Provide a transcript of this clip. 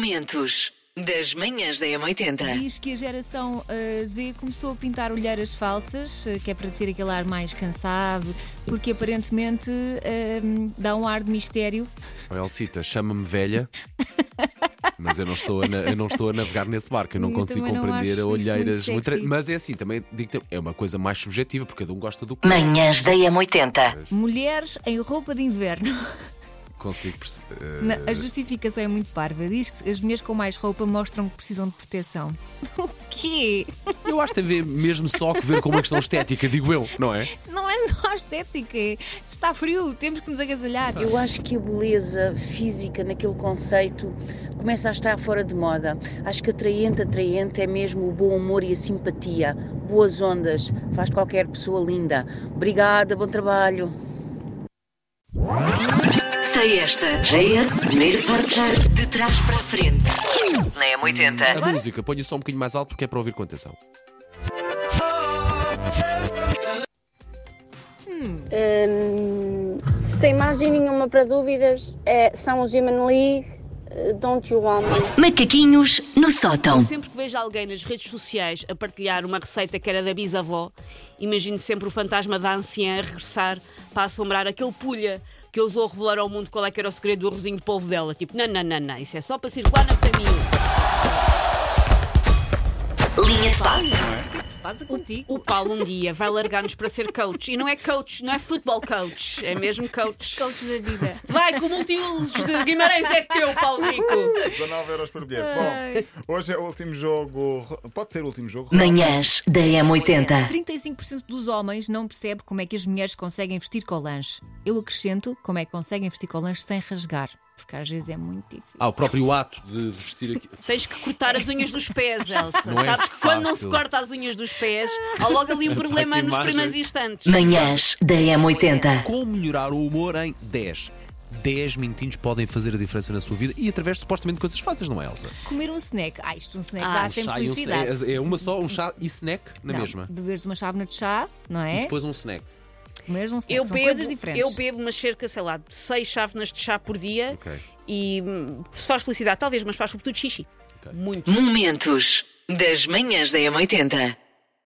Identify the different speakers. Speaker 1: Momentos das manhãs da M80.
Speaker 2: Diz que a geração eh, Z começou a pintar olheiras falsas, eh, que é para dizer aquele ar mais cansado, porque aparentemente eh, dá um ar de mistério.
Speaker 3: Oh, Elcita, chama-me velha, mas eu não, estou a na- eu não estou a navegar nesse barco, eu não
Speaker 2: Eu
Speaker 3: consigo
Speaker 2: também não
Speaker 3: compreender
Speaker 2: acho
Speaker 3: a
Speaker 2: isto
Speaker 3: olheiras.
Speaker 2: muito
Speaker 3: muito
Speaker 2: sexy.
Speaker 3: mas é assim, também digo é uma coisa mais subjetiva, porque cada um gosta do que
Speaker 1: Manhãs da M80.
Speaker 2: Mulheres em roupa de inverno.
Speaker 3: consigo perceber. Eh,
Speaker 2: Na- A justificação é muito parva. Diz que as mulheres com mais roupa mostram que precisam de proteção. O quê?
Speaker 3: Eu acho que tem a ver mesmo só que ver com uma questão estética, digo eu, não é?
Speaker 2: Não é só estética. é- Está frio, temos que nos agasalhar.
Speaker 4: Eu acho que a beleza física naquele conceito começa a estar fora de moda. Acho que atraente, atraente é mesmo o bom humor e a simpatia. Boas ondas, faz qualquer pessoa linda. Obrigada, bom trabalho.
Speaker 1: Sei esta. JS, primeiro forjar de trás para a frente. Na
Speaker 3: A
Speaker 1: M80.
Speaker 3: música, ponha só um bocadinho mais alto porque é para ouvir com atenção.
Speaker 5: Hum, sem margem nenhuma para dúvidas, é, são os Human League, eh, Don't You Want Me.
Speaker 1: Macaquinhos no sótão.
Speaker 6: Eu sempre que vejo alguém nas redes sociais a partilhar uma receita que era da bisavó, imagino sempre o fantasma da anciã a regressar para assombrar aquele pulha que ousou revelar ao mundo qual é que era o segredo do arrozinho de polvo dela. Tipo, não, não, não, não, isso é só para circular na família.
Speaker 1: Linha de passe.
Speaker 2: O que é que se passa contigo?
Speaker 6: O Paulo um dia vai largar-nos para ser coach. E não é coach, não é futebol coach, é mesmo coach.
Speaker 2: Coaches da vida.
Speaker 6: Vai, com o multiusos de Guimarães é teu, Paulo Rico.
Speaker 7: 19 euros por bilhete. Bom, hoje é o último jogo. Pode ser o último jogo.
Speaker 1: Manhãs da M80.
Speaker 2: 35% dos homens não percebe como é que as mulheres conseguem vestir colãs. Eu acrescento como é que conseguem vestir colãs sem rasgar, porque às vezes é muito difícil.
Speaker 3: Ah, o próprio ato de vestir aqui.
Speaker 6: Tens que cortar as unhas dos pés, Elsa.
Speaker 3: Não é
Speaker 6: Sabes que quando não se
Speaker 3: fácil.
Speaker 6: corta as unhas dos pés, há logo ali um problema
Speaker 3: que
Speaker 6: nos
Speaker 3: imagem.
Speaker 6: primeiros instantes.
Speaker 1: Manhãs da M80.
Speaker 3: Como melhorar o humor em 10. 10 minutinhos podem fazer a diferença na sua vida e através de supostamente coisas fáceis, não é, Elsa?
Speaker 2: Comer um snack. Ah, isto um snack
Speaker 6: Ah,
Speaker 2: dá
Speaker 6: um
Speaker 2: sempre
Speaker 3: Chá e um-
Speaker 2: felicidade.
Speaker 3: é, é uma só, um chá e snack na
Speaker 2: Não,
Speaker 3: mesma.
Speaker 2: Beberes uma chávena de chá, não
Speaker 3: E
Speaker 2: é?
Speaker 3: depois um snack.
Speaker 2: Comeres um snack.
Speaker 6: Eu
Speaker 2: São
Speaker 6: bebo,
Speaker 2: coisas diferentes.
Speaker 6: Eu bebo umas cerca, sei lá, de seis chávenas de chá por dia
Speaker 3: Ok.
Speaker 6: e hum, se faz felicidade, talvez, mas faz sobretudo xixi. Muito.
Speaker 1: Momentos das manhãs da M80.